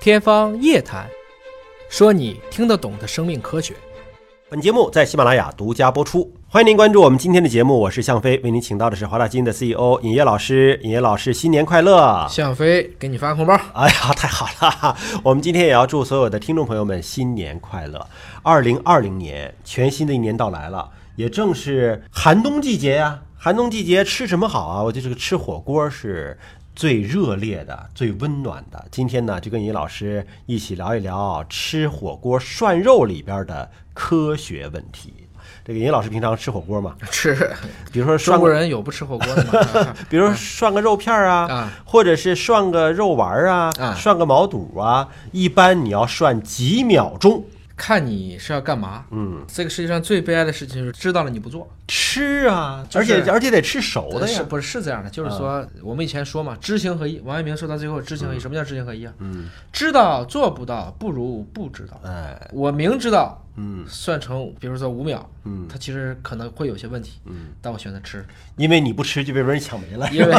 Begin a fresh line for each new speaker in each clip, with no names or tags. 天方夜谭，说你听得懂的生命科学。
本节目在喜马拉雅独家播出，欢迎您关注我们今天的节目，我是向飞，为您请到的是华大基因的 CEO 尹烨老师。尹烨老师，新年快乐！
向飞给你发红 包，
哎呀，太好了！我们今天也要祝所有的听众朋友们新年快乐。二零二零年，全新的一年到来了，也正是寒冬季节呀、寒冬季节吃什么好啊？我觉得这个吃火锅是最热烈的、最温暖的。今天呢，就跟尹老师一起聊一聊吃火锅涮肉里边的科学问题。这个尹老师平常吃火锅吗？
吃
比如说涮
中
个
国人有不吃火锅的吗？
比如说涮个肉片儿 啊，
啊
或者是涮个肉丸儿啊，
啊
涮个毛肚啊，一般你要涮几秒钟。
看你是要干嘛？
嗯，
这个世界上最悲哀的事情就是知道了你不做，
吃啊，
就是
而且而且得吃熟的
是
呀。
不是是这样的？就是说我们以前说嘛，知行合一。王阳明说到最后知行合一，什么叫知行合一啊？
嗯，
知道做不到，不如不知道。
哎，
我明知道，
嗯
算成比如说五秒，
嗯
它其实可能会有些问题，
嗯，
但我选择吃，
因为你不吃就被别人抢没了。
因 为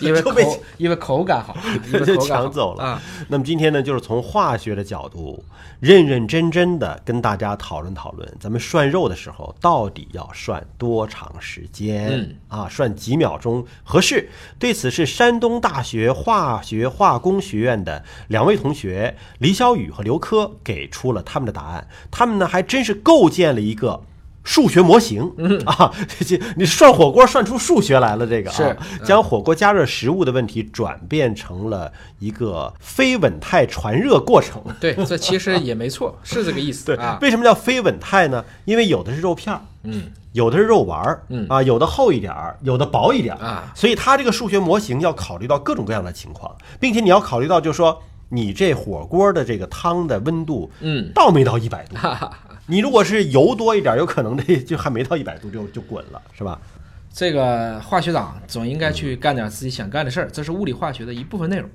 因为
就被
口因为口感好，因为
就
口感好
抢走了
啊。
那么今天呢，就是从化学的角度，认认真真的跟大家讨论讨论，咱们涮肉的时候到底要涮多长时间？
嗯
啊，涮几秒钟合适？对此是山东大学化学化工学院的两位同学李小雨和刘科给出了他们的答案。他们呢还真是构建了一个。数学模型、
嗯
啊， 这你涮火锅涮出数学来了，这个啊
是
将火锅加热食物的问题转变成了一个非稳态传热过程。
对，这其实也没错，是这个意思
对，
啊。
为什么叫非稳态呢？因为有的是肉片儿，
嗯，
有的是肉丸儿，
嗯
啊，有的厚一点儿，有的薄一点儿
啊，
所以它这个数学模型要考虑到各种各样的情况，并且你要考虑到，就是说你这火锅的这个汤的温度，
嗯，
到没到一百度？你如果是油多一点儿，有可能这 就还没到一百度就就滚了，是吧？
这个化学党总应该
嗯
去干点自己想干的事儿，这是物理化学的一部分内容。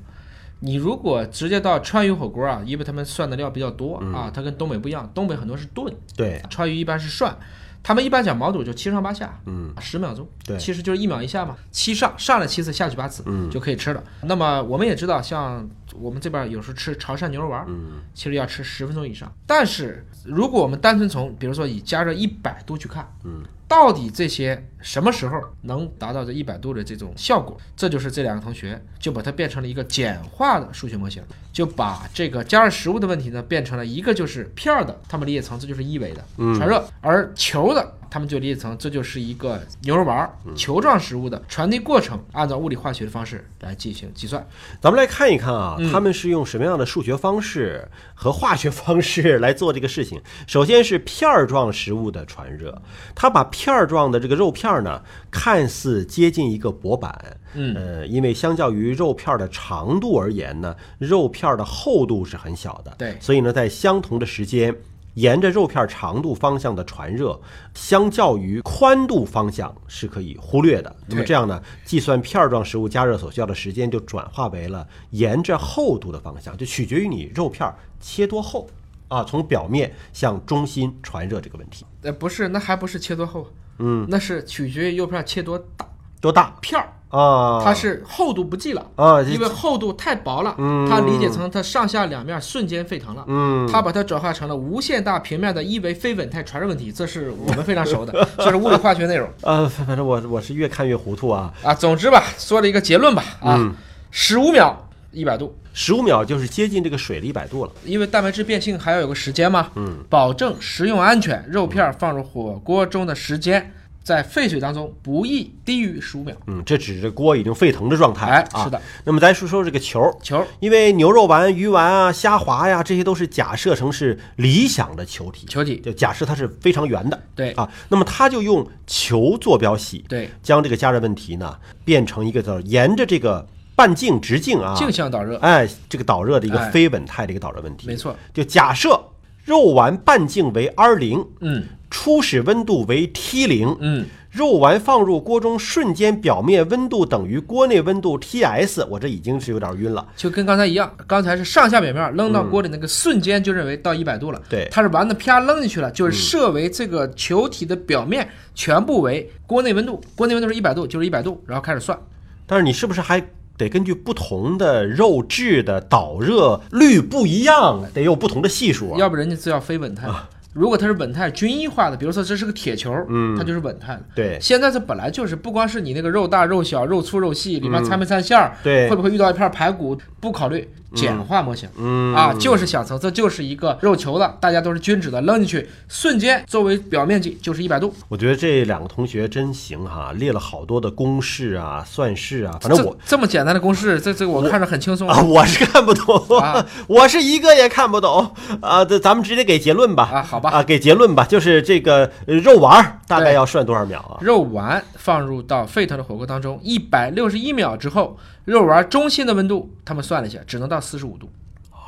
你如果直接到川渝火锅啊，因为他们涮的料比较多啊，它跟东北不一样，东北很多是炖，
嗯对，
川渝一般是涮，他们一般讲毛肚就七上八下，
嗯，
十秒钟，
对
其实就是一秒一下嘛，七上上了七次，下去八次，
嗯
就可以吃了。那么我们也知道，像我们这边有时候吃潮汕牛肉丸，
嗯，
其实要吃十分钟以上。但是如果我们单纯从比如说以加热一百度去看，
嗯，
到底这些什么时候能达到这一百度的这种效果？这就是这两个同学就把它变成了一个简化的数学模型，就把这个加热食物的问题呢变成了一个就是片儿的，他们理解成这就是一维的
嗯
传热，而球的。他们就理解成这就是一个牛肉丸儿球状食物的传递过程，按照物理化学的方式来进行计算。
咱们来看一看啊，
嗯
他们是用什么样的数学方式和化学方式来做这个事情？ 首先是片儿状食物的传热，他把片儿状的这个肉片儿呢，看似接近一个薄板，
嗯
呃，因为相较于肉片儿的长度而言呢，肉片儿的厚度是很小的，
对
所以呢，在相同的时间。沿着肉片儿长度方向的传热，相较于宽度方向是可以忽略的。那么
对
这样呢，计算片儿状食物加热所需要的时间就转化为了沿着厚度的方向，就取决于你肉片儿切多厚啊，从表面向中心传热这个问题
呃，不是，那还不是切多厚，嗯，那是取决于肉片切多大
多大
片儿，
啊？
它是厚度不计了。
啊，
因为厚度太薄了，它理解成它上下两面瞬间沸腾了，
嗯，
它把它转化成了无限大平面的一维非稳态传热问题，这是我们非常熟的，这是物理化学内容
呃，反反正我我是越看越糊涂啊。
啊。总之吧，说了一个结论吧，
嗯
啊，十五、秒一百度，
十五秒就是接近这个水的一百度了。
因为蛋白质变性还要有个时间嘛，嗯，保证食用安全，肉片放入火锅中的时间在沸水当中不宜低于十五秒。
嗯，这只是锅已经沸腾的状态。
哎
啊、
是的。
那么咱说说这个球儿，
球，
因为牛肉丸、鱼丸啊、虾滑呀，这些都是假设成是理想的球体，
球体
就假设它是非常圆的。
对
啊，那么它就用球坐标系，
对
将这个加热问题呢变成一个叫沿着这个半径直径啊，
镜像导热，
哎，这个导热的一个
哎
非稳态的一个导热问题。
没错，
就假设肉丸半径为 R 零，
嗯
初始温度为 T 零，
嗯，
肉丸放入锅中，瞬间表面温度等于锅内温度 Ts，我这已经是有点晕了。
就跟刚才一样，刚才是上下表面扔到锅里那个瞬间就认为到一百度了，
嗯对嗯
它是丸子啪扔进去了，就是设为这个球体的表面全部为锅内温度，锅内温度是一百度，就是一百度，然后开始算，
但是你是不是还得根据不同的肉质的导热率不一样，得有不同的系数啊。
要不人家就叫非稳态。如果它是稳态均一化的，比如说这是个铁球，
嗯
它就是稳态的。
对
现在这本来就是，不光是你那个肉大肉小、肉粗肉细，里面掺没掺馅儿，
嗯对
会，不会遇到一片排骨，不考虑简化模型。
嗯
啊，就是想成，这就是一个肉球的，大家都是均值的，扔进去，瞬间作为表面积就是一百度。
我觉得这两个同学真行哈，列了好多的公式啊、算式啊，反正我
这这么简单的公式，这这个我看着很轻松
啊，我是看不懂，
啊
我是一个也看不懂啊。这咱们直接给结论吧，
啊好吧
啊，给结论吧，就是这个呃肉丸儿大概
对
要涮多少秒啊？
肉丸放入到沸腾的火锅当中，一百六十一秒之后，肉丸中心的温度，他们算了一下，只能到四十五度。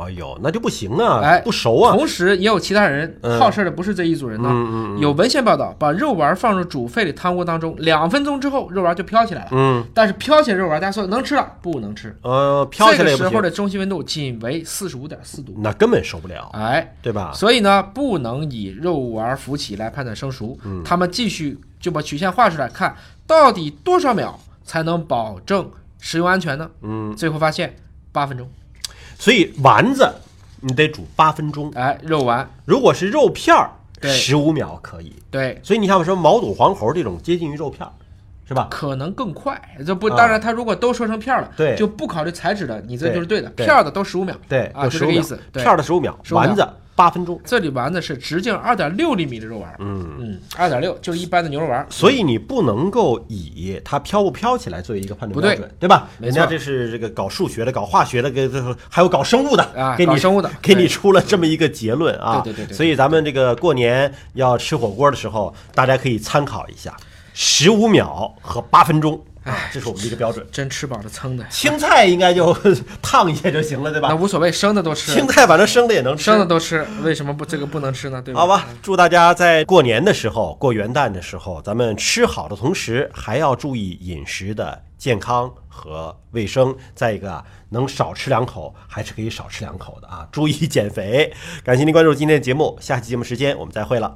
哎呦，那就不行啊，
哎
不熟啊，
同时，也有其他人
嗯
好事儿的不是这一组人呢。
嗯嗯
有文献报道，把肉丸放入煮沸的汤锅当中，两分钟之后，肉丸就飘起来了。
嗯，
但是飘起来肉丸，大家说能吃了，不能吃。
呃，飘起来也
这
不
个时候
行，
的中心温度仅为四十五点四度。
那根本受不了，
哎，
对吧？
所以呢，不能以肉丸浮起来判断生熟。
嗯
他们继续就把曲线画出来看，到底多少秒才能保证食用安全呢？
嗯，
最后发现八分钟。
所以丸子你得煮八分钟，
哎，肉丸，
如果是肉片儿，
对
十五秒可以。
对，
所以你像什么毛肚、黄喉这种接近于肉片儿，是吧？
可能更快。这不，
啊
当然，他如果都说成片儿了，
对
就不考虑材质的，你这就是对的。
对对
片儿的都十五秒，
对，
啊，
有
就
十
这
五
个
秒
意思。，对
片，儿的十五秒，
15秒
丸子八分钟。
这里丸子是直径二点六厘米的肉丸，
嗯，
嗯，二点六就是一般的牛肉丸。
所以你不能够以它飘不飘起来作为一个判断
不对
标准，对吧？
没
人家
错
这是这个搞数学的、搞化学的，给还有搞生物的
啊
给你
搞生物的
给你
对
出了这么一个结论啊。
对对对对
所以咱们这个过年要吃火锅的时候，大家可以参考一下，十五秒和八分钟啊，
哎
这是我们的一个标准。
真吃饱了撑的，
青菜应该就 烫一下就行了，对吧
那？无所谓，生的都吃，
青菜反正生的也能吃
生，的都吃，为什么不这个不能吃呢？对吧？
好吧。祝大家在过年的时候、过元旦的时候，咱们吃好的同时，还要注意饮食的健康和卫生。再一个啊，能少吃两口还是可以少吃两口的啊，注意减肥。感谢您关注今天的节目，下期节目时间我们再会了。